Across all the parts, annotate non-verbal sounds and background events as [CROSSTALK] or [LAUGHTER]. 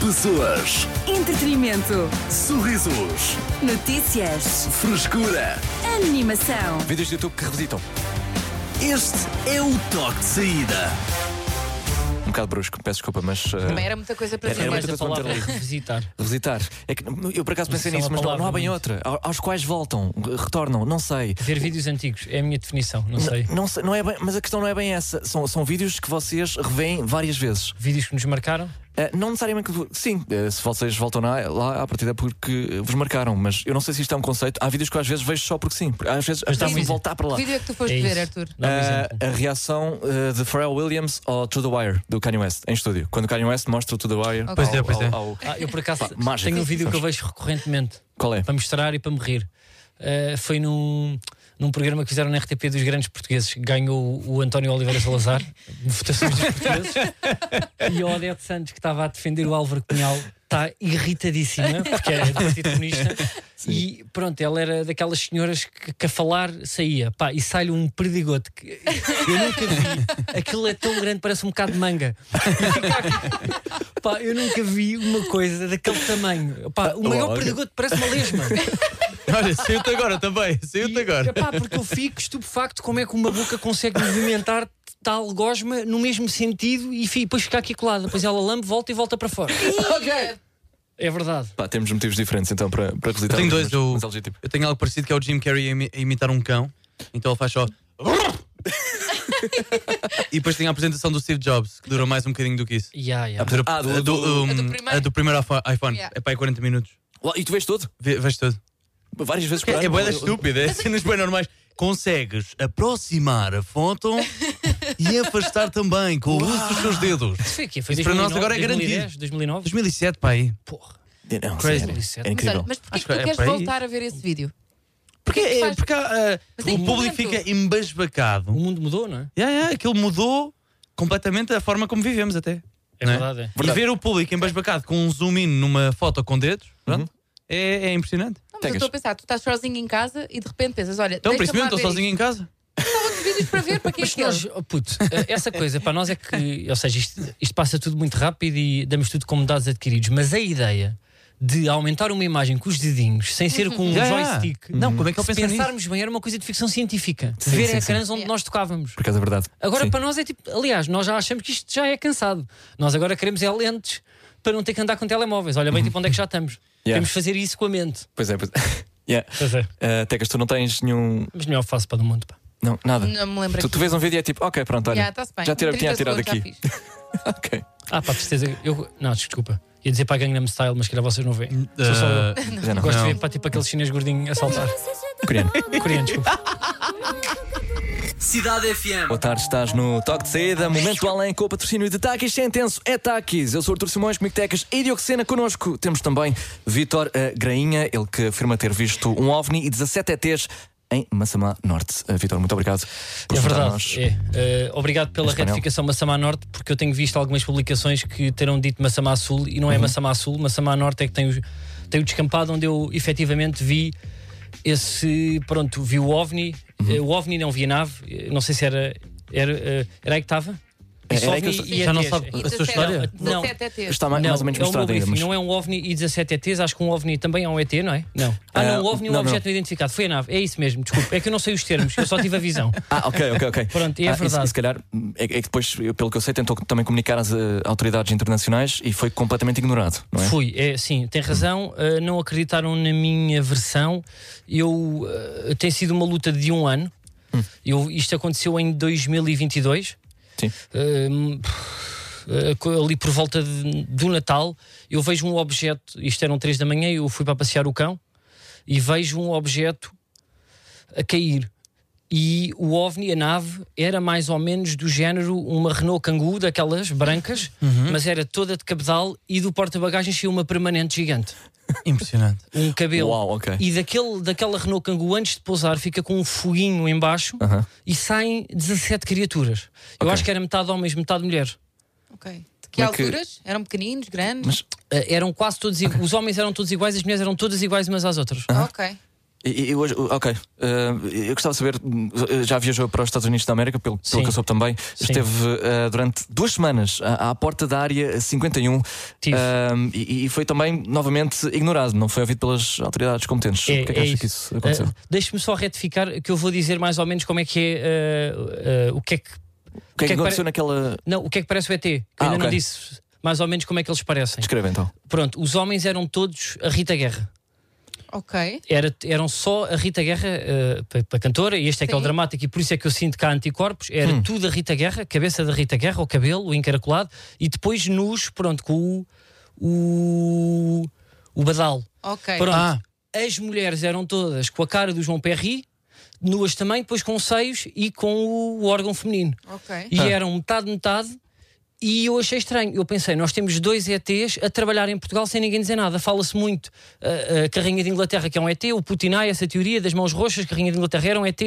Pessoas, Entretenimento. sorrisos, Notícias. frescura. Animação. Vídeos do YouTube que revisitam. Este é o toque de saída. Um bocado brusco, peço desculpa, mas. eh, Também era muita coisa para Era fazer. muita a coisa para palavra meter ali. revisitar. Revisitar. É que não- eu por acaso pensei Isso é nisso, uma mas não, não há palavra bem muito. outra. Ao- Aos quais voltam, re- retornam, não sei. Ver vídeos antigos é a minha definição, não sei. Não, sei, não é bem, mas a questão não é bem essa. São, são vídeos que vocês revêem várias vezes. Vídeos que nos marcaram, Eh, não necessariamente. que- Sim, eh, se vocês voltam lá, lá à partida é porque vos marcaram, mas eu não sei se isto é um conceito. Há vídeos que eu às vezes vejo só porque sim. porque Às vezes Mas dá um preciso exemplo. voltar para lá. Que vídeo é que tu foste é isso. ver, Arthur? Dá um Ah, exemplo. a reação ah, de Pharrell Williams ao To The Wire do Kanye West em estúdio. Quando o Kanye West mostra o To The Wire. Pois ao- é, pois é. ao- ao- Ah, eu por acaso mágico. tenho um vídeo que eu vejo recorrentemente Qual é? para mostrar e para me rir. Ah, foi num, num programa que fizeram na RTP dos grandes portugueses. Ganhou o António Oliveira Salazar, votações dos portugueses. E a Odete Santos, que estava a defender o Álvaro Cunhal, está irritadíssima, porque era do Partido Comunista. E pronto, ela era daquelas senhoras que, que a falar saía. Pá, e sai-lhe um perdigote. Que eu nunca vi. Aquilo é tão grande, parece um bocado de manga. Pá, eu nunca vi uma coisa daquele tamanho. Pá, o maior Logo. perdigote parece uma lesma. Olha, saiu-te agora também, saiu-te E, agora. epá, porque eu fico estupefacto como é que uma boca consegue movimentar tal gosma no mesmo sentido e fi- depois ficar aqui colada. Depois ela lambe, volta e volta para [LAUGHS] fora. É verdade. Pá, temos motivos diferentes então para, para revisitar. Eu tenho mas- dois, eu, mas é legítimo. eu tenho algo parecido que é o Jim Carrey a, imi- a imitar um cão, então ele faz [LAUGHS] só. e depois tem a apresentação do Steve Jobs, que dura mais um bocadinho do que isso. Ya, ya. Ah, do- a do- um, A do primeiro. a do primeiro iPhone- iPhone. Yeah. É para aí 40 minutos. Uau, E tu vês tudo? Vê- Vês tudo. Várias vezes por É, é ano. boeda estúpida, é cenas bem normais. Consegues aproximar a foto e afastar também com o uso dos seus dedos. Isso foi aqui, foi Isso para nós agora é 2010, 2009? 2007, para aí. Porra. Não, Crazy. sério, É Mas, olha, incrível. mas porquê Acho que que tu é queres para aí. voltar a ver esse vídeo? Porque, que é, faz- porque há, ah, Mas tem o que público momento. fica embasbacado. O mundo mudou, não é? Yeah, yeah, aquilo mudou completamente a forma como vivemos até. É Não é? verdade, é. E ver o público embasbacado com um zoom in numa foto com dedos pronto, é, é impressionante. Não, mas eu Tegas. estou a pensar, tu estás sozinho em casa e de repente pensas, olha, Então, por isso deixa-me mesmo, estou lá ver sozinho em casa. isto. vídeos para ver, para que é Mas que nós, oh, puto, eh, essa coisa para nós é que, ou seja, isto, isto passa tudo muito rápido e damos tudo como dados adquiridos, mas a ideia de aumentar uma imagem com os dedinhos, sem ser com um Já, já. joystick, Não, como é que ele se pensa nisso? pensarmos bem, era uma coisa de ficção científica. ver sim, ecrãs onde Yeah. nós tocávamos. Por acaso é verdade. Agora Sim. para nós é tipo, aliás, nós já achamos que isto já é cansado. Nós agora queremos é lentes para não ter que andar com telemóveis. Olha bem, tipo, onde é que já estamos? Yeah. Temos de fazer isso com a mente. Pois é, [LAUGHS] pois yeah. Pois é. Ah, Tecas, tu não tens nenhum. Mas melhor faço para do mundo, pá. Não, nada. Não me lembro Tu, tu aqui. vês um vídeo e é tipo, ok, pronto, olha. Já, está-se bem. já tira- 30 tinha tirado segundos, já aqui. [LAUGHS] Ok. Ah, pá, de certeza. Eu, não, desculpa. Ia dizer para a Gangnam Style, mas que era vocês não veem. Sou só eu. Eh, Já não. Gosto Não. de ver para, tipo aquele chinês gordinho a saltar. Coreano. Coreano, desculpa. Cidade FM. Boa tarde, estás no Toque de Saída, Momento Além com o patrocínio de Takis, é intenso, é Takis. Eu sou o Artur Simões, comigo Tecas e Dioxena connosco. Temos também Vitor eh, Grainha, ele que afirma ter visto um OVNI e 17 ETs em Massamá Norte. Eh, Vitor, muito obrigado por É juntar a verdade. nós. É. Eh, obrigado pela espanhol. retificação Massamá Norte, porque eu tenho visto algumas publicações que terão dito Massamá Sul e Uhum. não é Massamá Sul. Massamá Norte é que tem o, tem o descampado onde eu efetivamente vi esse. Pronto, vi o OVNI. Uhum. Eh, o OVNI não via nave. Eh, Não sei se era. Era, eh, era aí que estava? Esse era aí que eu OVNI esta- e já não ETs. sabe E a sua 17, história? Não. 17 é teu. Está mais, mais ou menos é um mostrado meu ainda, briefing, mas Não é um OVNI e 17 ETs, acho que um OVNI também é um ET, não é? Não. Ah, Ah, não, um OVNI é um não, objeto não. identificado. Foi a nave, é isso mesmo, desculpe. É que eu não sei os termos, eu só tive a visão. Ah, ok, ok, ok. [LAUGHS] Pronto, e é Ah, verdade. E, se calhar, é, é que depois, eu- pelo que eu sei, tentou também comunicar às eh, autoridades internacionais e foi completamente ignorado, não é? Hum. Fui, é, sim, tem razão. uh, não acreditaram na minha versão. Eu uh, tem sido uma luta de um ano. Hum. Eu, isto aconteceu em 2022. Sim. Hum, eh, co- ali por volta de- do Natal, eu vejo um objeto, isto eram três da manhã, eu fui para passear o cão e vejo um objeto a cair. E o OVNI, a nave, era mais ou menos do género uma Renault Kangoo, daquelas brancas, Uhum. mas era toda de cabedal e do porta-bagagens tinha uma permanente gigante. [LAUGHS] Impressionante. Um cabelo. Uau, ok. E daquele, daquela Renault Kangoo, antes de pousar, fica com um foguinho embaixo Aham. e saem 17 criaturas. Eu Uhum. Ok. acho que era metade homens, metade mulher. Ok. De que Como é que- alturas? Eram pequeninos, grandes? Uhum. Eh, eram quase todos i- os homens eram todos iguais, as mulheres eram todas iguais umas às outras. Ah, Ok. E, e hoje, ok, eh, eu gostava de saber, hum, eh, já viajou para os Estados Unidos da América, pelo, pelo Sim. que eu soube também, esteve eh, durante duas semanas à, à porta da área 51 Tive. ehm, e, e foi também novamente ignorado, não foi ouvido pelas autoridades competentes. o que é que acha que isso aconteceu? Ah, Deixe-me só retificar que eu vou dizer mais ou menos como é que é ah, ah, o que é o que. que é que, que é que aconteceu naquela. Não, o que é que parece o ET? Que eu Ah, ainda não ok. disse mais ou menos como é que eles parecem. Escreva então. Pronto, os homens eram todos a Rita Guerra. Ok. Era, eram só a Rita Guerra, para a cantora, e este é que é o Sim. dramático, e por isso é que eu sinto que há anticorpos. Era Hum. tudo a Rita Guerra, cabeça da Rita Guerra, o cabelo, o encaracolado, e depois nus, pronto, com o. o, o badal. Ok. Pronto. Ah. As mulheres eram todas com a cara do João Perry, nuas também, depois com os seios e com o órgão feminino. Ok. E Ah. eram metade, metade. E eu achei estranho. Eu pensei, nós temos dois ETs a trabalhar em Portugal sem ninguém dizer nada. Fala-se muito. A, a Carrinha de Inglaterra, que é um ET, o Putinai, essa teoria das mãos roxas, Carrinha de Inglaterra era um ET.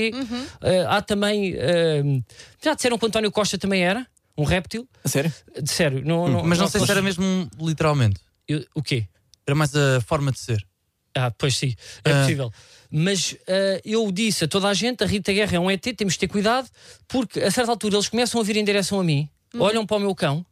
Ah, há também. ah, já disseram que o António Costa também era, um réptil. A sério? De sério, não. não Mas não sei se era mesmo literalmente. Eu- o quê? Era mais a forma de ser. Ah, pois sim, é Ah. possível. Mas ah, eu disse a toda a gente: a Rita Guerra é um ET, temos de ter cuidado, porque a certa altura eles começam a vir em direção a mim, olham para o meu cão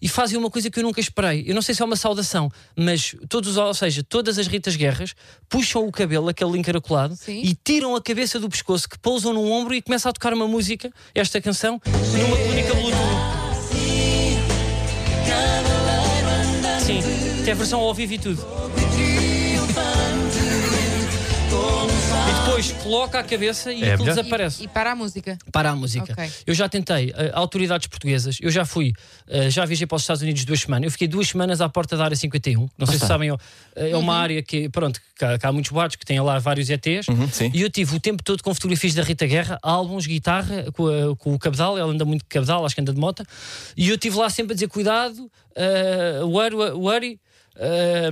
e fazem uma coisa que eu nunca esperei. Eu não sei se é uma saudação, mas todos, os- ou seja, todas as Ritas Guerras puxam o cabelo, aquele encaracolado, Sim. e tiram a cabeça do pescoço, que pousam no ombro e começam a tocar uma música, esta canção, numa túnica Bluetooth. Sim, tem a versão ao vivo e tudo. E depois coloca a cabeça e É aquilo melhor. desaparece E, e para a música. para a música. Ok. Eu já tentei eh, autoridades portuguesas, eu já fui, eh, já viajei para os Estados Unidos duas semanas, eu fiquei duas semanas à porta da área 51. Não sei se sabem, ó, eh, é uma área que, pronto, que há, que há muitos bares que têm lá vários ETs. Uhum, sim. E eu tive o tempo todo com fotografias da Rita Guerra, álbuns, guitarra, com, a- com o cabedal, ela anda muito de cabedal, acho que anda de moto. E eu tive lá sempre a dizer: cuidado, uh, worry, worry. eh,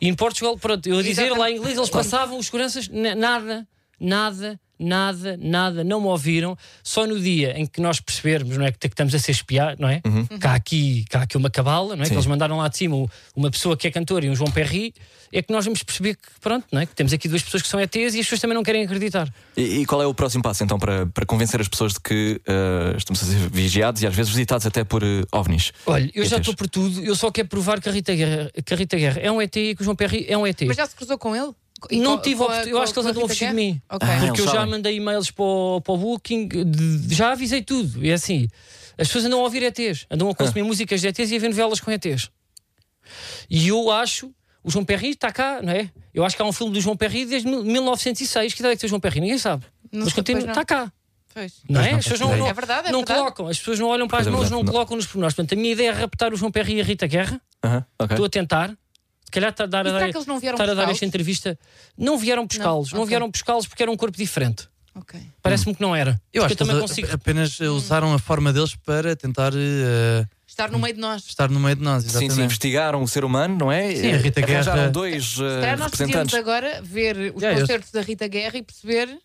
em Portugal, pronto, eu a dizer Exatamente. lá em inglês, eles passavam, os seguranças, na- nada, nada, nada, nada, não me ouviram. Só no dia em que nós percebermos, não é? Que que estamos a ser espiados, não é? Cá, aqui, cá aqui uma cabala, não é? Que eles mandaram lá de cima o- uma pessoa que é cantora e um João Perry, é que nós vamos perceber que, pronto, não é? Que temos aqui duas pessoas que são ETs e as pessoas também não querem acreditar. E, e qual é o próximo passo então para, para convencer as pessoas de que eh, estamos a ser vigiados e às vezes visitados até por eh, ovnis? Olha, eu já ETs. estou por tudo, eu só quero provar que a Rita Guerra, que a Rita Guerra é um ET e que o João Perry é um ET. Mas já se cruzou com ele? E Não com- tive com a- oportunidade. Eu com a- acho que eles com andam a a Rita fugir de Guerra? mim. Ok. Ah, Porque eles eu já sabem. mandei e-mails para o, para o Booking, de- já avisei tudo. E é assim: as pessoas andam a ouvir ETs, andam a consumir Ah. músicas de ETs e a ver novelas com ETs. E eu acho. O João Perry está cá, não é? Eu acho que há um filme do João Perry desde mil- 1906. Que idade é que tem o João Perry? Ninguém sabe. Não Mas sei, continua, pois não. está cá. Pois. Não é? não As pessoas faço não, não, ideia. É verdade, é não verdade. colocam, as pessoas não olham para as Pois é mãos, verdade, não, não. colocam nos pormenores. Portanto, a minha ideia é raptar o João Perry e a Rita Guerra. Aham, ok. Estou a tentar. Se calhar está a dar E a será dar- que eles não vieram estar a dar buscá-los? esta entrevista. Não vieram buscá-los. Não, ok. vieram buscá-los porque era um corpo diferente. Ok. Parece-me que não era. Eu Porque acho que também eles a- consigo. apenas Hum. eh, usaram a forma deles para tentar eh, Estar no meio de nós. estar no meio de nós. Sim, Exatamente. sim, investigaram o ser humano, não é? Sim, a Rita Arranjaram Guerra- dois eh, Será nós podíamos representantes. agora ver os Já, eu- concertos da Rita Guerra e perceber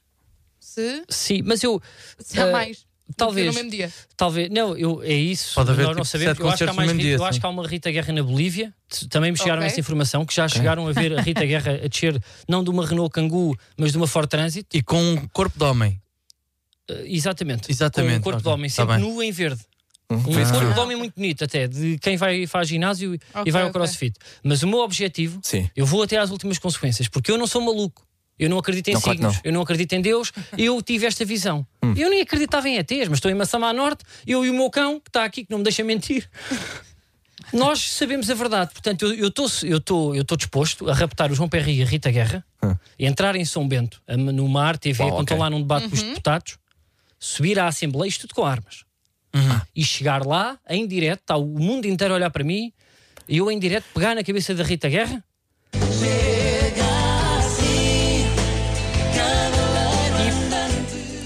se, Sim, mas eu. se há eh, mais. talvez. No mesmo dia. Talvez. Não, eu, é isso. Pode haver, nós não tipo, sabemos. sete Eu acho, que há concertos mais no mesmo Rita- dia, eu acho sim. que há uma Rita Guerra na Bolívia. T- Também me chegaram Ok. essa informação que já chegaram a ver a [LAUGHS] Rita Guerra a descer, não de uma Renault Kangoo, mas de uma Ford Transit. E com um corpo de homem. Eh, exatamente. Exatamente, Com o corpo ok, de homem, tá sempre bem. Ah. nu em verde. Hum, Um fez corpo frio. de homem muito bonito, até, de quem vai, faz ginásio e- Ok, e vai ao ok. crossfit. Mas o meu objetivo, Sim. eu vou até às últimas consequências, porque eu não sou maluco. Eu não acredito em Não, claro signos, que não. Hum. eu não acredito em Deus, eu tive esta visão. Eu nem acreditava em ETs, mas estou em Massamá Norte, eu e o meu cão, que está aqui, que não me deixa mentir. Nós sabemos a verdade, portanto, eu estou eu tô, eu tô disposto a raptar o João Perry e a Rita Guerra, e entrar em São Bento, a- no Mar TV, Uau, quando ok. estou lá num debate com os deputados, subir à Assembleia, isto tudo com armas Ah. e chegar lá em direto, está o mundo inteiro a olhar para mim, e eu em direto pegar na cabeça da Rita Guerra.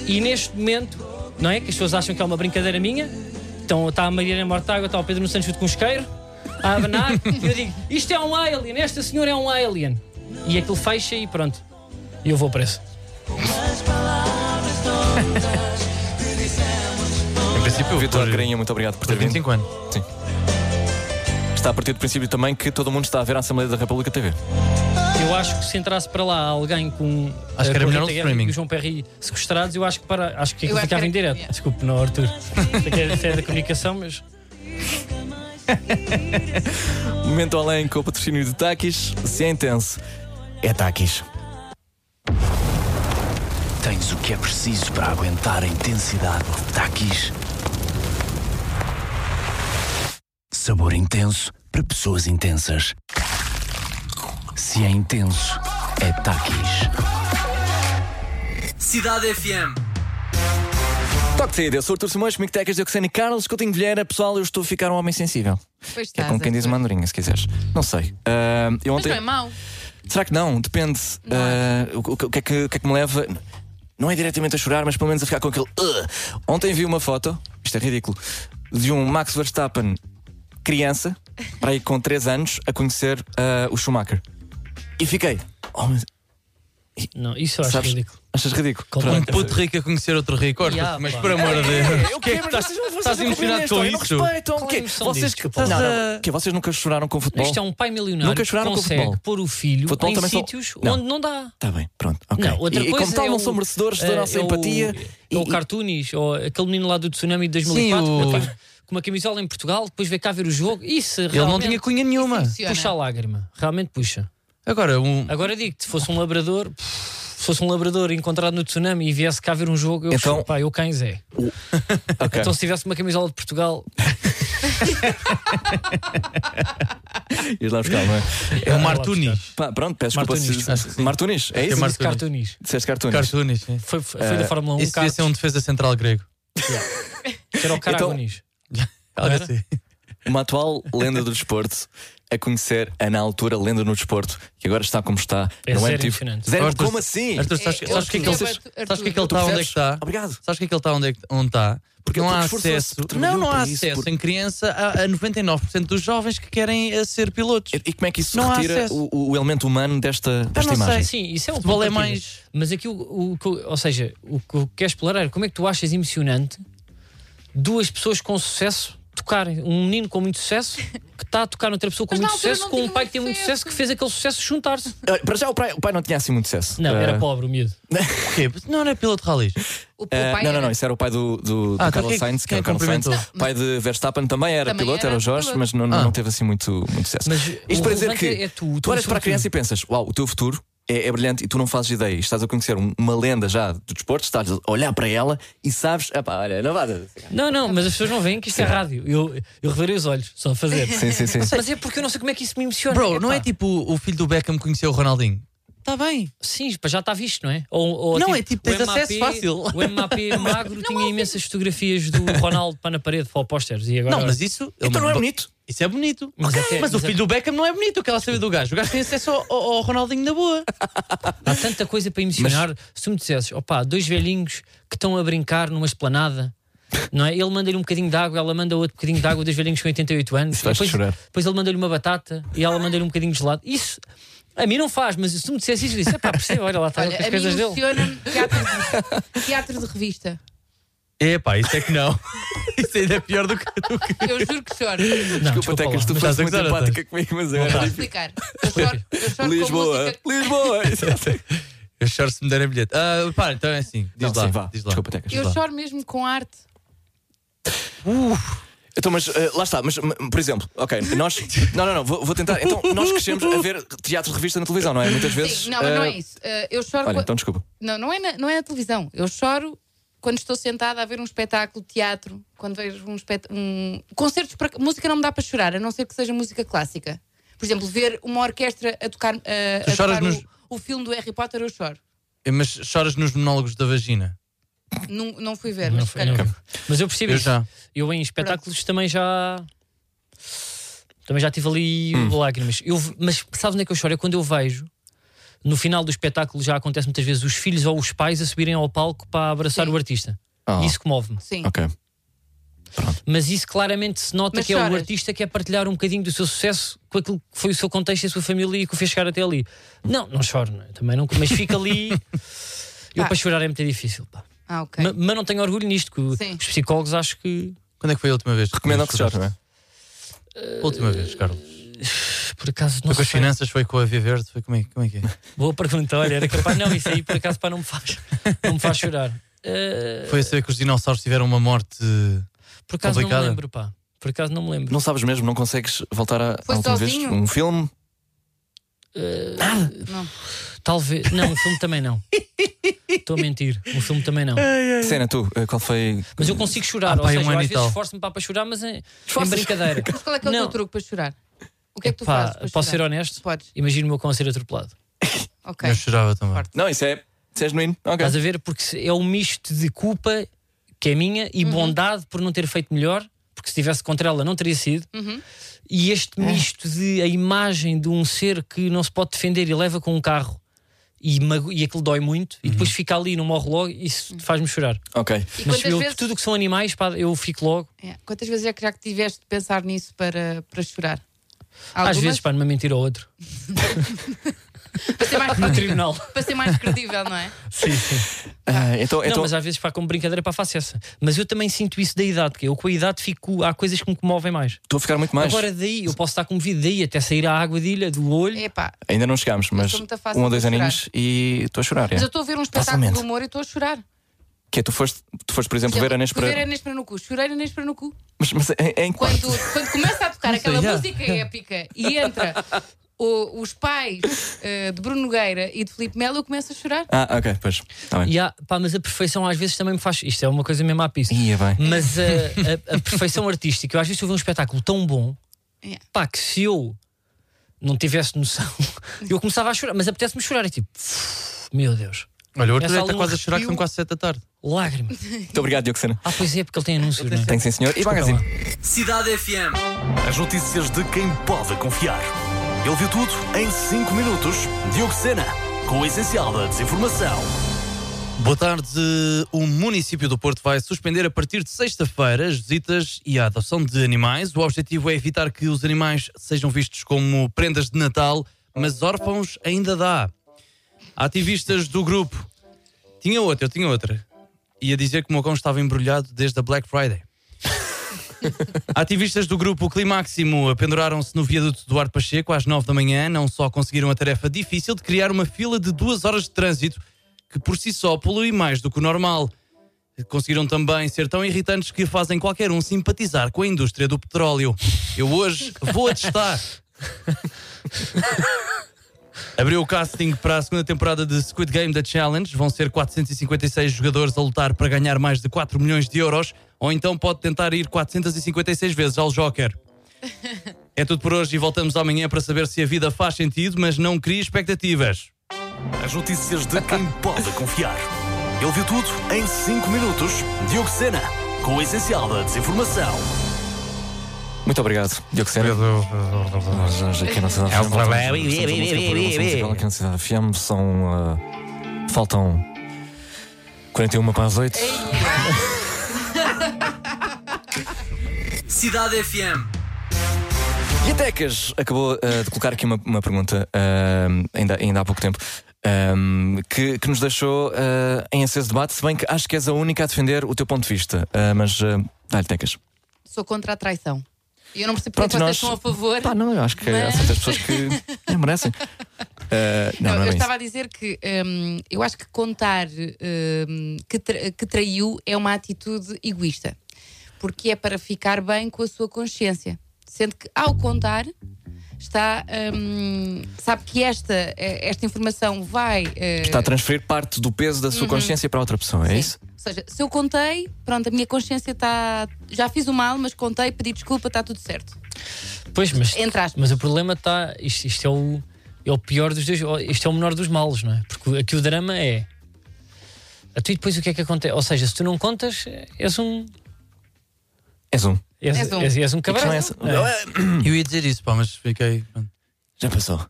E, e neste momento, não é? Que as pessoas acham que é uma brincadeira minha. Então está a Mariana Mortágua, está o Pedro no Santos Junto com um isqueiro, a [LAUGHS] abanar, e eu digo: Isto é um alien, esta senhora é um alien. E aquilo fecha e pronto. E eu vou preso. Em princípio, eu Vitor por- Grainha, muito obrigado por por ter vindo. 25 anos. Está a partir do princípio também que todo mundo está a ver a Assembleia da República TV. Eu Eu acho que se entrasse para lá alguém com. Acho eh, que era com melhor Rita o Guerra streaming. E o João Perry sequestrados, eu acho que para. Acho que aquilo Eu acho que ficava era- em direto. yeah. Desculpe, não, Arthur. Sei que é- Isso é da comunicação, mas. Momento além com o patrocínio de Takis. Se é intenso, é Takis. Tens o que é preciso para aguentar a intensidade Tá de Takis. Sabor intenso para pessoas intensas. Se é intenso, é Takis. Cidade FM. Toque de saída, eu sou o Artur Simões, comigo Tecas, Dioxene e Carlos, Coutinho Vilhena. Pessoal, eu estou a ficar um homem sensível. Pois É estás, como quem Arthur. diz uma andorinha, se quiseres. Não sei. Ah, eu Mas ontem... não é mau. Será que não? Depende. Ah, o, o- o que é que, o que é que me leva? Não é diretamente a chorar, mas pelo menos a ficar com aquele. "Ugh". Ontem vi uma foto, isto é ridículo, de um Max Verstappen criança, para aí com 3 anos, a conhecer ah, o Schumacher. E fiquei. Oh, mas Não, isso eu acho sabes, ridículo. achas ridículo? Completamente. Pronto. Puto rico a conhecer outro rico. Corta-te, Yeah, mas pá. por amor de Deus. Eu [LAUGHS] O que é que quero, estás, vocês não- vocês estás não emocionado com compreendem isto, isso? eu Não respeitam. Qual Quê? é a emoção Vocês, disto? que estás Não, a- Quê? vocês nunca choraram com futebol? Isto é um pai milionário Nunca que choraram com consegue futebol. pôr o filho Futebol em também só- sítios Não. onde não dá. Tá bem, pronto. ok. Não, outra e, e coisa como tal, é não o- são merecedores da é- nossa é o- empatia. É o e- e- Cartunis, ou aquele menino lá do tsunami de 2004, Sim, o- que teve com uma camisola em Portugal, depois veio cá ver o jogo. Isso Ele não realmente tinha cunha nenhuma. Funciona. puxa a lágrima. Realmente puxa. Agora, um. Agora digo-te, se fosse um labrador, pff, se fosse um labrador encontrado no tsunami e viesse cá ver um jogo, eu Então- então... pá, eu quem é. Ok. Então se tivesse uma camisola de Portugal, Ias lá buscar, não é? É um lá Martunis. Pá, pronto, peço desculpa. Martunis, se- acho que sim. Martunis, é eu isso? Mar- disse cartunis. Disseste cartunis. Cartunis. sim. Foi, foi Eh, da Fórmula 1, Isso devia Carlos, ser um defesa central grego. que era Então- o Caragonis. Algo Era? assim. Uma atual lenda do desporto a conhecer a, na altura, lenda no desporto, que agora está como está. É não zero é motivo. impressionante. Zero, Arthur, como assim? Arthur, É, sabes eu sabes que é que ele- percebo, sabes que é que ele Arthur. está onde é que Percebes? está? Obrigado. Sabes que é que ele está onde, é que, onde está? Porque Porque não ele há esforçou-se, acesso. trabalhou Não, não há para isso, acesso porque- em criança a, a 99% dos jovens que querem eh, ser pilotos. E, e como é que isso Não há retira acesso. Então o, o- o elemento humano desta, desta não sei. imagem? Sim, isso é um Futebol ponto é de partida. mais- Mas aqui, o, o que eu- ou seja, o que eu quero explorar é como é que tu achas emocionante duas pessoas com sucesso tocarem. Um menino com muito sucesso que está a tocar noutra pessoa com Mas na muito altura sucesso, não com um tinha pai que tem muito sucesso. sucesso que fez aquele sucesso juntar-se. Ah, Para já o pai, o pai não tinha assim muito sucesso. Não, É. Ah, era pobre o miúdo. Porquê? Porque Não, não é piloto de rallies. O o ah, eh, não, pai não, era- não, isso era o pai do, do, do Ah, então Carlos quem- Sainz, que quem era o Carlos Sainz. cumprimentou? pai de Verstappen também era Também piloto, era, era o Jorge, piloto. mas não, não Ah. teve assim muito, muito sucesso. Mas Isto o para dizer que relevante é tu, o tu teu olhas para a futuro. criança e pensas: Uau, o teu futuro é, é brilhante e tu não fazes ideia. Estás a conhecer um- uma lenda já do desporto, estás a olhar para ela e sabes: "Epá, olha, não vá. Não, não, mas as pessoas não veem que isto é rádio. Eu, eu revirei os olhos, só a fazer. Sim, sim, sim. Mas é porque eu não sei como é que isso me emociona. Bro, não é Epá. tipo o filho do Beckham conheceu o Ronaldinho. Está bem. Sim, pá, já está visto, não é? Ou, ou, Não, é tipo, tens o MAP, acesso fácil. O MAP [LAUGHS] magro tinha imensas fotografias do Ronaldo para na parede, para posters. E agora. Não, mas isso. Então não é bonito. Isso é bonito. Mas Ok, é que- mas o mas é- filho do Beckham não é bonito, aquela saber do gajo. O gajo tem acesso ao, ao- ao Ronaldinho na boa. Há tanta coisa para emocionar. Se tu me dissesses, opá, dois velhinhos que estão a brincar numa esplanada, não é? Ele manda-lhe um bocadinho de água, ela manda outro bocadinho de água, dois velhinhos com 88 anos. Estás depois, a chorar. depois ele manda-lhe uma batata e ela manda-lhe um bocadinho de gelado. Isso. A mim não faz, mas se tu me dissesse isso, eu disse, pá, percebo, olha é lá, está Olha, as a mim coisas dele. [LAUGHS] emociona-me teatro, de- teatro de revista. Epá, isso é que não. [LAUGHS] isso ainda é pior do que tu. Que... Eu juro que choro. Vou Não, Desculpa, desculpa Tecas, lá. tu mas foste estás a muito gozar, empática comigo, mas agora. explicar. Eu choro, eu choro com a Lisboa, música. Lisboa. Eu choro se me derem bilhete. Ah, pá, então é assim. Não, Diz lá. sim, vá. Diz lá. Desculpa, Tecas. Eu choro mesmo com arte. Então, mas eh, lá está, mas m- por exemplo, ok, [LAUGHS] nós. Não, não, não, vou, vou tentar. Então, nós crescemos a ver teatro de revista na televisão, não é? Muitas vezes. Sim, não, mas não eh, é isso. Eh, eu choro. Olha, com- então desculpa. Não, não é, na, não é na televisão. Eu choro quando estou sentada a ver um espetáculo de teatro, quando vejo um espetáculo. Um... Concertos para. Música não me dá para chorar, a não ser que seja música clássica. Por exemplo, ver uma orquestra a tocar, eh, Tu a choras tocar nos- o, o filme do Harry Potter, eu choro. Eh, Mas choras nos monólogos da vagina. Não, não fui ver, Não mas foi, se calhar- não. Mas eu percebi Eu isso. já. Eu em espetáculos também já. Também já tive ali lágrimas. Eu, mas sabes onde é que eu choro? É quando eu vejo. No final do espetáculo já acontece muitas vezes os filhos ou os pais a subirem ao palco para abraçar Sim. o artista. Ah. Isso comove-me. Sim. Ok. Mas isso claramente se nota Mas que é o choras? artista que é partilhar um bocadinho do seu sucesso com aquilo que foi o seu contexto e a sua família e que o fez chegar até ali. Não, não choro, não é? também não. Mas fica [LAUGHS] ali. eu Pá. para chorar é muito difícil. Pá. Ah, ok. Ma- Mas, não tenho orgulho nisto, que Sim. os psicólogos acho que Quando é que foi a última vez? Recomendo ao que se chora, não é? Última vez, Carlos. por acaso não Foi com as sei. finanças, foi com a Via Verde, foi como é, como é que é? Boa pergunta, olha, era capaz. Não, isso aí por acaso pá, não me faz, não me faz chorar. Eh, Foi a saber que os dinossauros tiveram uma morte. por acaso não complicada. me lembro, pá. Por acaso não me lembro. Não sabes mesmo, não consegues voltar a Foi alguma vez sozinho? um filme? Talvez. Não, um filme também não. Estou a mentir. Um filme também não. Cena, tu, eh, qual foi? Mas eu consigo chorar, ou Ah, pá, é um seja, eu ano às e vezes tal. esforço-me pá, para chorar, mas em, em brincadeira. Mas qual é que é o Não. teu truque para chorar? O que é que [LAUGHS] tu Pá, fazes para posso ser chorar? honesto? Podes. Imagino-me eu com a ser atropelado. Ok. Eu chorava também. Forte. Não, isso é. Isso é genuíno. Ok. Estás a ver? Porque se- é um misto de culpa, que é minha, Uhum. e bondade por não ter feito melhor, porque se tivesse contra ela não teria sido. Uhum. E este misto de a imagem de um ser que não se pode defender e leva com um carro. E, mago- e aquilo dói muito, e depois fica ali e não morre logo, isso faz-me chorar. Ok. Uhum. E Mas quantas eu, vezes, tudo o que são animais, pá, eu fico logo. é, quantas vezes é que já que tiveste de pensar nisso para, para chorar? Algumas? Às vezes, pá, numa mentira ou outra. Para ser, mais [LAUGHS] No credível, tribunal. para ser mais credível, não é? sim, sim. Ah, então, Não, então mas às vezes, pá, como brincadeira, pá, faço essa. Mas eu também sinto isso da idade, que eu com a idade fico. Há coisas que me comovem mais. estou a ficar muito mais. Agora daí, eu posso estar comovido daí até sair a água de ilha, do olho. Epá, Ainda não chegámos, mas sou muito fácil um ou dois de chorar. aninhos e estou a chorar. É. mas eu estou a ver um espetáculo Facilmente. de humor e estou a chorar. Que é, tu foste, tu foste por exemplo, ver é a Inês Fui ver para. Anês para no cu, chorei Anês para no cu. Mas, mas em, em Quando, quarto. quando começa a tocar aquela yeah, música é épica e entra o- os pais eh, de Bruno Nogueira e de Filipe Melo, eu começo a chorar. Ah, ok, pois. Está bem. E há, pá, mas a perfeição às vezes também me faz. Isto é uma coisa mesmo à pista. Ia bem. Mas eh, a, a- a perfeição artística, eu às vezes eu vejo um espetáculo tão bom, Yeah. pá, que se eu não tivesse noção, [LAUGHS] eu começava a chorar, mas apetece-me chorar. É tipo, meu Deus, Olha, o Essa Arthur está algum quase a chorar que são arrepio? quase 7 da tarde. lágrima. Muito obrigado, Diocesana. Ah, pois é, porque ele tem anúncios, não é? Tem que sim, senhor. E magazine. Cidade FM. As notícias de quem pode confiar. Ele viu tudo em 5 minutos. Diogo Sena, com o essencial da desinformação. Boa tarde. O município do Porto vai suspender a partir de sexta-feira as visitas e a adoção de animais. O objetivo é evitar que os animais sejam vistos como prendas de Natal, mas órfãos ainda dá. Ativistas do grupo. Tinha outra, eu tinha outra. Ia dizer que o meu cão estava embrulhado desde a Black Friday. Ativistas do grupo Climáximo penduraram-se no viaduto Duarte Pacheco às 9 da manhã. Não só conseguiram a tarefa difícil de criar uma fila de duas horas de trânsito, que por si só polui mais do que o normal. Conseguiram também ser tão irritantes que fazem qualquer um simpatizar com a indústria do petróleo. Eu hoje vou atestar. Abriu o casting para a segunda temporada de Squid Game da Challenge. Vão ser 456 jogadores a lutar para ganhar mais de 4 milhões de euros, ou então pode tentar ir 456 vezes ao [LAUGHS] Joker. É tudo por hoje e voltamos amanhã para saber se a vida faz sentido, mas não cria expectativas. As notícias de [LAUGHS] quem pode confiar. Ele viu tudo em 5 minutos. Diogo Sena, com o essencial da desinformação. Muito obrigado, Diocesana. Nós aqui na Cidade FM. voltamos- estamos a música por- estamos a música aqui na Cidade FM. São. ah, faltam. 41 para as 8. Cidade FM. E a Tecas acabou ah, de colocar aqui uma, uma pergunta, ah, ainda, ainda há pouco tempo, ah, que, que nos deixou ah, em aceso debate, se bem que acho que és a única a defender o teu ponto de vista. Ah, mas ah, dá-lhe, Tecas. Sou contra a traição. E eu não percebo porque Pronto, vocês nós- estão a favor. Pá, não, é? eu acho que há Mas- certas pessoas [LAUGHS] que nem merecem. Ah, não, não, Não, é eu bem estava a dizer que hum, eu acho que contar hum, que, tra- que traiu é uma atitude egoísta, porque é para ficar bem com a sua consciência. Sendo que ao contar está hum, sabe que esta, eh, esta informação vai eh, Está a transferir parte do peso da sua Uhum. consciência para outra pessoa, é Sim. isso? Ou seja, se eu contei, pronto, a minha consciência está. Já fiz o mal, mas contei, pedi desculpa, está tudo certo. Pois, mas, Entre aspas. mas o problema está. Isto, isto é, o, é o pior dos dois. Isto é o menor dos males, não é? Porque aqui o drama é. A tu e depois o que é que acontece? Ou seja, se tu não contas, és um. És um. És, És um. és- és um A questão cabrão. é essa. É. Hum. Eu ia dizer isso, pá, mas fiquei. pronto. Já passou.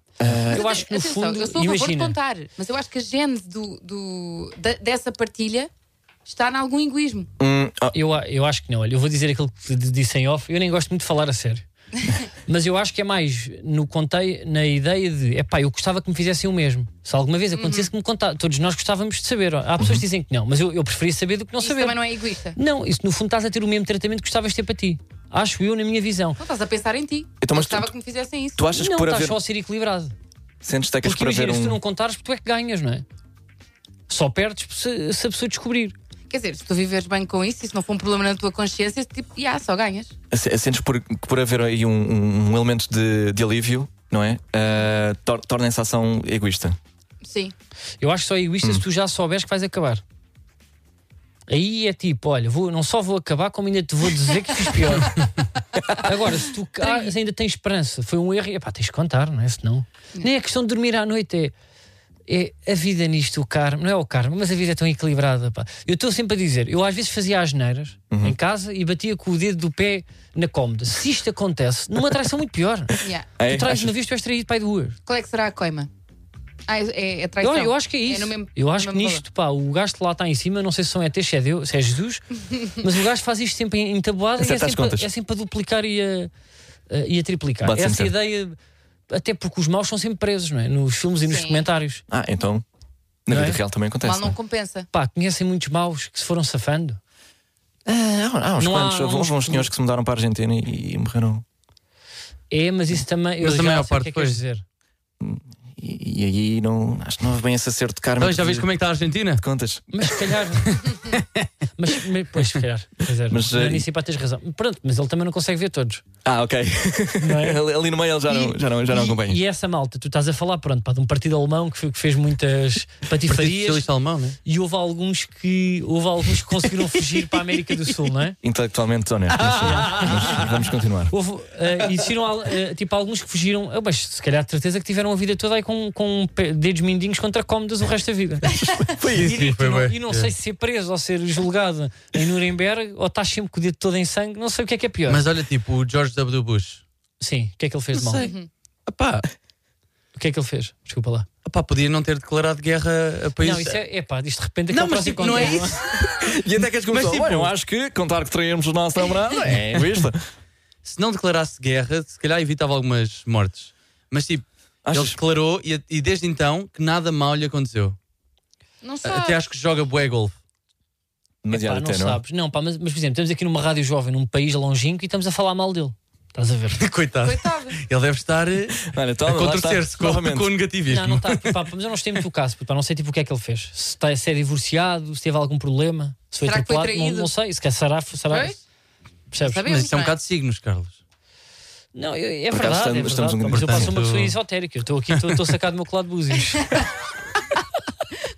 Eu acho que no Atenção, fundo. eu sou a favor de imagina, contar, mas eu acho que a gênese do, do- de- dessa partilha está em algum egoísmo. Hum, ah, [LAUGHS] eu, a- eu acho que não. Olha, eu vou dizer aquilo que te disse em off. Eu nem gosto muito de falar a sério. Mas eu acho que é mais no contei, na ideia de, epá, eu gostava que me fizessem o mesmo. Se alguma vez Uhum. acontecesse que me contassem, todos nós gostávamos de saber. Há pessoas que dizem que não, mas eu, eu preferia saber do que não Isso saber. também não é egoísta. Não, isso no fundo estás a ter o mesmo tratamento que gostavas de ter para ti. Acho eu, na minha visão. Não estás a pensar em ti. Então, Então, mas tu- gostava tu- que me fizessem isso. Tu achas não, que por estás haver. só a ser equilibrado. Sentes tecas Porque por haver imagina, se tu um. não contares, tu é que ganhas, não é? Só perdes se, se a pessoa descobrir. Quer dizer, se tu viveres bem com isso, e se não for um problema na tua consciência, tipo, já, só ganhas. se- Sentes por, que por haver aí um, um- um elemento de, de alívio, não é? Ah, tor- Torna-se a ação egoísta. Sim. Eu acho que só é egoísta Hum. se tu já souberes que vais acabar. Aí é tipo, olha, vou, não só vou acabar, como ainda te vou dizer que fiz [LAUGHS] pior. Agora, se tu ca- ainda tens esperança, foi um erro, epá, tens de contar, não é? Senão. Nem é questão de dormir à noite, é, é a vida nisto, o karma, não é o karma, mas a vida é tão equilibrada. Pá. Eu estou sempre a dizer, eu às vezes fazia asneiras Uhum. em casa e batia com o dedo do pé na cómoda. Se isto acontece, numa traição muito pior. já. [LAUGHS] É? Tu traz Achas- uma vez, tu és traído para duas. Qual é que será a coima? Ah, é, é Eu, traição. eu acho que é isso. no mesmo- eu no acho que mesmo nisto, pá, o gajo que lá está em cima, não sei se são ETs, se é, Deus, se é [LAUGHS] Jesus, mas o gajo faz isto sempre em, em tabuada e é Acerta as sempre, contas. é sempre a duplicar e a, a- e a triplicar. Bate Essa sempre ideia, até porque os maus são sempre presos, não é? Nos filmes e nos Sim. comentários. Ah, então. Na Não vida é? real também acontece. valor. Mal não não é? compensa. Pá, conhecem muitos maus que se foram safando. Ah, há, há uns Não há- quantos. não há Houve uns- uns senhores que se mudaram para a Argentina e, e morreram. É, mas isso também. eu Mas a já sei o maior que parte é que queres foi. dizer. E, e aí não. Acho que não houve bem esse acerto de karma. Então, já de- vês como é que está a Argentina? de contas. Mas se calhar. mas, mas, pois, se calhar. Pois é, Mas, mas, eh, nisso, pá, tens razão. Pronto, mas ele também não consegue ver todos. Ah, ok. Não é? [LAUGHS] Ali ali no meio ele já não, já não, já não E- acompanha. E, essa malta, tu estás a falar, pronto, pá, de um partido alemão que, fe- que fez [LAUGHS] muitas Partido patifarias Socialista Alemão, não é? e houve alguns que houve alguns que [LAUGHS] conseguiram fugir para a América do Sul, não é? Intelectualmente honesto. mas sim, [LAUGHS] mas vamos continuar. Houve, eh, existiram al- eh, tipo alguns que fugiram, ah, mas se calhar de certeza que tiveram a vida toda aí com, com pe- dedos mindinhos contra cômodas o resto da [LAUGHS] vida. Foi é. isso. E, não, e não sei se ser preso ou ser julgado em Nuremberg ou estás sempre com o dedo todo em sangue, não sei o que é que é pior. Mas olha, tipo, o George W. Bush. Sim, o que é que ele fez de Não mal? sei. Epá, O que é que ele fez? Desculpa lá. epá, podia não ter declarado guerra a países. Não, isso é, é pá, isto de repente Não, aquele mas prós e tipo, não é contras, isso. [LAUGHS] E até que as Mas, começou. tipo- "Bem, eu acho que contar que traímos o nosso namorado é egoísta. Se não declarasse guerra, se calhar evitava algumas mortes. Mas tipo, Achas? ele declarou e, e desde então que nada mal lhe aconteceu. Não só. Até acho que joga bué golfe. Mas já Pá, não até não. é? sabes. Não, pá, mas, mas por exemplo, estamos aqui numa rádio jovem, num país longínquo e estamos a falar mal dele. [LAUGHS] Estás a ver? Coitado. [LAUGHS] Coitado. Ele deve estar eh, Olha, toma, a Tá, lá está, contorcer-se com, novamente. com o negativismo. Não, tá não está. Pá, mas eu não sei muito o caso, pá, não sei tipo o que é que ele fez. Se, está, se é divorciado, se teve algum problema, se foi Será que foi atropelado, não, traído? não sei. Se calhar será. será Foi? percebes? Sabe? Mas isso é um Não é? bocado de signos, Carlos. Não, eu- é Por acaso verdade. estamos- é verdade, estamos um pá, mas bocadinho- eu passo uma pessoa Portanto- esotérica. Eu estou aqui, estou estou a sacar do meu colado [LAUGHS] búzios.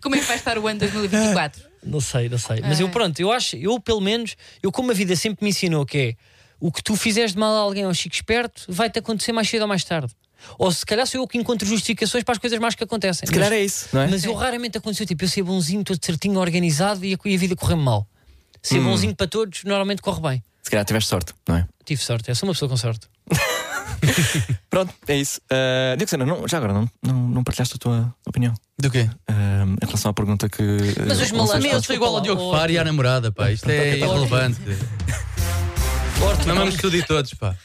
Como é que vai estar o ano 2024? Não sei, não sei. Mas É. eu, pronto, eu acho, eu pelo menos, eu como a vida sempre me ensinou que é o que tu fizeres de mal a alguém ou chico esperto vai-te acontecer mais cedo ou mais tarde. Ou se calhar sou eu que encontro justificações para as coisas más que acontecem. Se calhar é isso, não é? Mas eu raramente aconteceu, tipo, eu ser bonzinho, todo certinho, organizado e a, e a vida correr mal. Hum. Ser bonzinho para todos, normalmente corre bem. Se calhar tiveste sorte, não é? Tive sorte, é sou uma pessoa com sorte. Pronto, é isso. Uh, Diocesana, não, já agora não, não, não partilhaste a tua opinião Do quê? ah, em relação à pergunta que. ah, não Mas os sei se- malandros- Eu sou igual ao Diogo Oh, Faro e à namorada, pá. Isto Tá, é irrelevante. Mamamos tudo e todos, pá.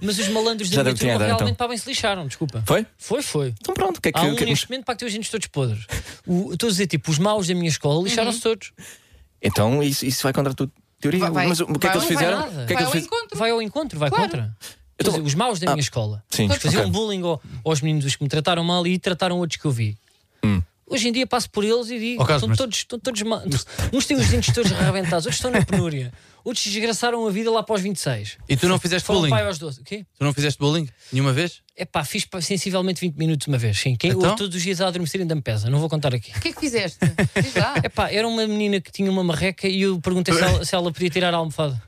Mas os malandros Já da minha deu que tinha turma a dar, então. realmente para bem se lixaram, desculpa. Foi? Foi, foi. Então pronto, o que é que. Há o um que é que- neste momento para que os agentes todos podres. O, eu estou a dizer, tipo, os maus da minha escola lixaram-se todos. Então isso, isso vai contra a tua teoria. Vai- vai- Mas o que é vai- que eles não vai fizeram? nada. O que é que Vai eles ao fizeram? encontro. Vai ao encontro, vai Claro. contra. tô- Quer dizer, Os maus da minha escola. Sim, Que faziam ok. bullying ao- aos meninos dos que me trataram mal e trataram outros que eu vi. Hoje em dia passo por eles e digo: Ó, Carlos, estão, mas- todos, estão todos ma- [LAUGHS] Uns têm os dentes todos arrebentados, outros estão na penúria, outros desgraçaram a vida lá para os 26. E tu não fizeste Foram bullying? pai aos 12. O quê? Tu não fizeste bullying? Nenhuma vez? É pá, fiz pa- sensivelmente 20 minutos uma vez. Sim, quem Então? ouve todos os dias a adormecer ainda me pesa. Não vou contar aqui. O que é que fizeste? Diz lá. É pá, era uma menina que tinha uma marreca e eu perguntei se ela, se ela podia tirar a almofada.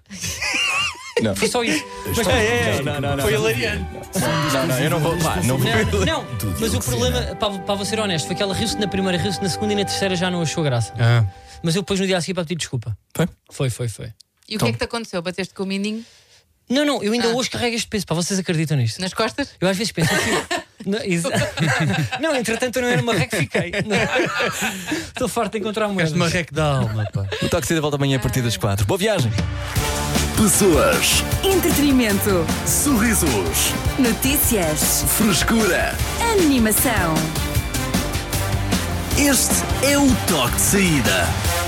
Não. Foi só isso. Mas, é, Não, não, não. Foi hilariante. Não, não, eu não vou. Pá, não vou. Não, não, [LAUGHS] mas o problema, pá, pá, vou ser honesto, foi que ela riu-se na primeira, riu-se na segunda e na terceira já não achou graça. Ah. Mas eu depois no dia a seguir para pedir desculpa. Foi? Foi, foi, foi. E o que é que te aconteceu? Bateste com o mindinho Não, não, eu ainda Ah. hoje carrego este peso, pá, vocês acreditam nisto? nas costas? [LAUGHS] Eu às vezes penso, eu fui, Não, exa- [LAUGHS] Não, entretanto eu não era marreco, [LAUGHS] fiquei. Não. Estou farto de encontrar moedas. Este marreco da alma, pá. O Toque de Saída volta amanhã a partir das 4. Boa viagem! Pessoas, Entretenimento. sorrisos, Notícias. frescura. Animação. Este é o toque de saída.